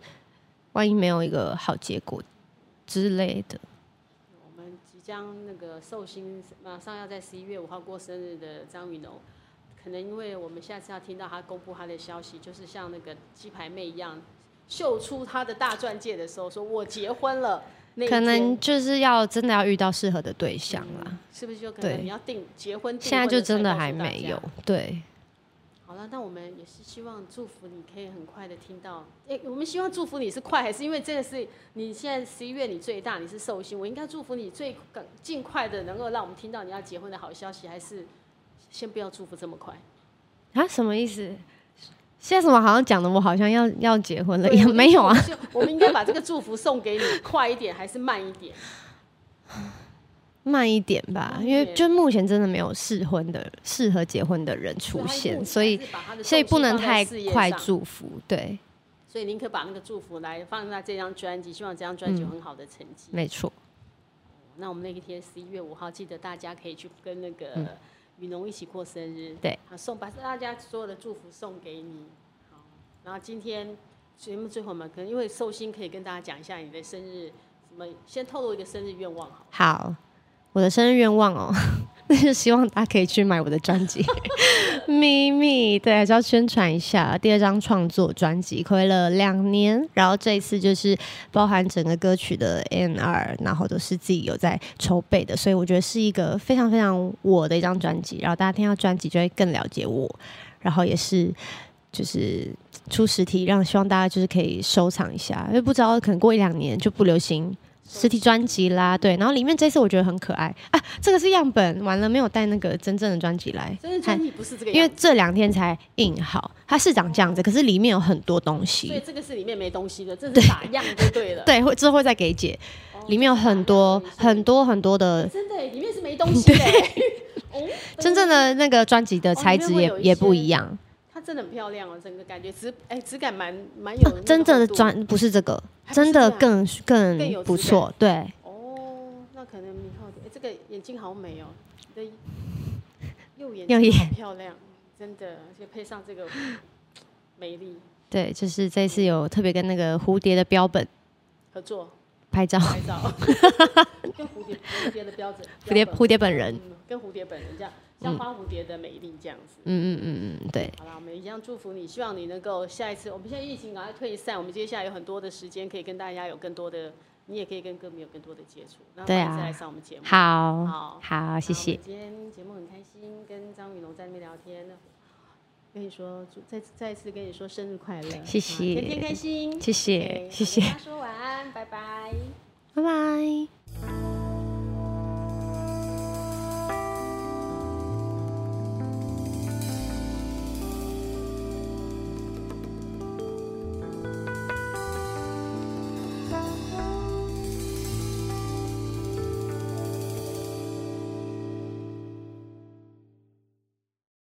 A: 万一没有一个好结果之类的。
B: 我们即将那个寿星马上要在十一月五号过生日的张雨农，可能因为我们下次要听到他公布他的消息，就是像那个鸡排妹一样，秀出他的大钻戒的时候，说我结婚了。那一
A: 可能
B: 天嗯
A: 就是要真的要遇到适合的对象啦。
B: 是不是就可能
A: 对
B: 你要订结婚订
A: 现在
B: 婚
A: 就
B: 了才
A: 真的
B: 告诉
A: 还
B: 大
A: 没
B: 家
A: 有，对，
B: 好了，那我们也是希望祝福你可以很快的听到。哎、我们希望祝福你是快，还是因为这个是你现在十一月你最大，你是寿星，我应该祝福你最赶尽快的能够让我们听到你要结婚的好消息，还是先不要祝福这么快？
A: 啊，什么意思？现在怎么好像讲的我好像要要结婚了，
B: 对
A: 也
B: 我们
A: 没有啊。
B: 就 我们应该把这个祝福送给你，快一点还是慢一点？
A: 慢一点吧，因为就目前真的没有适婚的适合结婚的人出现，所以所以不能太快
B: 注。
A: 祝福。对，
B: 所以宁可把那个祝福来放在这张专辑，希望这张专
A: 嗯
B: 辑有很好的成绩。
A: 没错。
B: 那我们那一天十一月五号，记得大家可以去跟那个雨农一起过生日，
A: 嗯对，
B: 好送把大家所有的祝福送给你。好，然后今天节目最后我们跟因为寿星可以跟大家讲一下你的生日，什么先透露一个生日愿望好了。
A: 好，我的生日愿望哦， 那就希望大家可以去买我的专辑《秘密》，对，还是要宣传一下第二张创作专辑，亏了两年，然后这一次就是包含整个歌曲的 N 二，然后都是自己有在筹备的，所以我觉得是一个非常非常我的一张专辑，然后大家听到专辑就会更了解我，然后也是就是。出实体，让希望大家就是可以收藏一下，因为不知道可能过一两年就不流行实体专辑啦，对，然后里面这次我觉得很可爱啊，这个是样本，完了没有带那个真正的专辑来，
B: 生日专辑不是这个
A: 哎因
B: 样
A: 为
B: 子，
A: 这两天才印好，它是长这样子，可是里面有很多东西，
B: 所以这个是里面没东西的，这是打样就对了。
A: 对，会之后会再给姐，
B: 哦
A: 里面有很多
B: 这是打样
A: 很多很多的
B: 真的耶里面是没东西的耶。哦，
A: 真正的那个专辑的材质也
B: 哦里面会有一些
A: 也不一样，
B: 它真的很漂亮哦，整个感觉质哎质感蛮蛮有那个
A: 真正的
B: 厚度
A: 专不是这个，
B: 还不是
A: 真
B: 这
A: 的
B: 样
A: 更
B: 更
A: 更
B: 有
A: 不
B: 质
A: 错，对，
B: 哦，那可能以后哎这个眼睛好美哦，你的右眼
A: 右
B: 睛
A: 眼
B: 好漂亮，真的，而且配上这个美丽
A: 对，就是这次有特别跟那个蝴蝶的标本
B: 合作
A: 拍 照，
B: 拍照，跟蝴蝶蝴蝶的标准，
A: 蝴蝶嗯
B: 标
A: 蝴蝶本
B: 本
A: 人，
B: 嗯跟蝴蝶本人这样，像花蝴蝶的美丽这样子。
A: 嗯嗯嗯嗯，对，
B: 好啦，我们一样祝福你，希望你能够下一次，我们现在疫情赶快退散，我们接下来有很多的时间可以跟大家有更多的，你也可以跟歌迷有更多的接触，然后
A: 对啊
B: 再来上我们节目。
A: 好
B: 好，
A: 好，谢谢
B: 好。我们今天节目很开心，跟张雨龙在那边聊天。跟你说，祝再再一次跟你说生日快乐，
A: 谢谢
B: 啊天天开心，
A: 谢谢
B: 对
A: 谢谢
B: 好跟大家说晚安，拜拜。
A: 拜拜。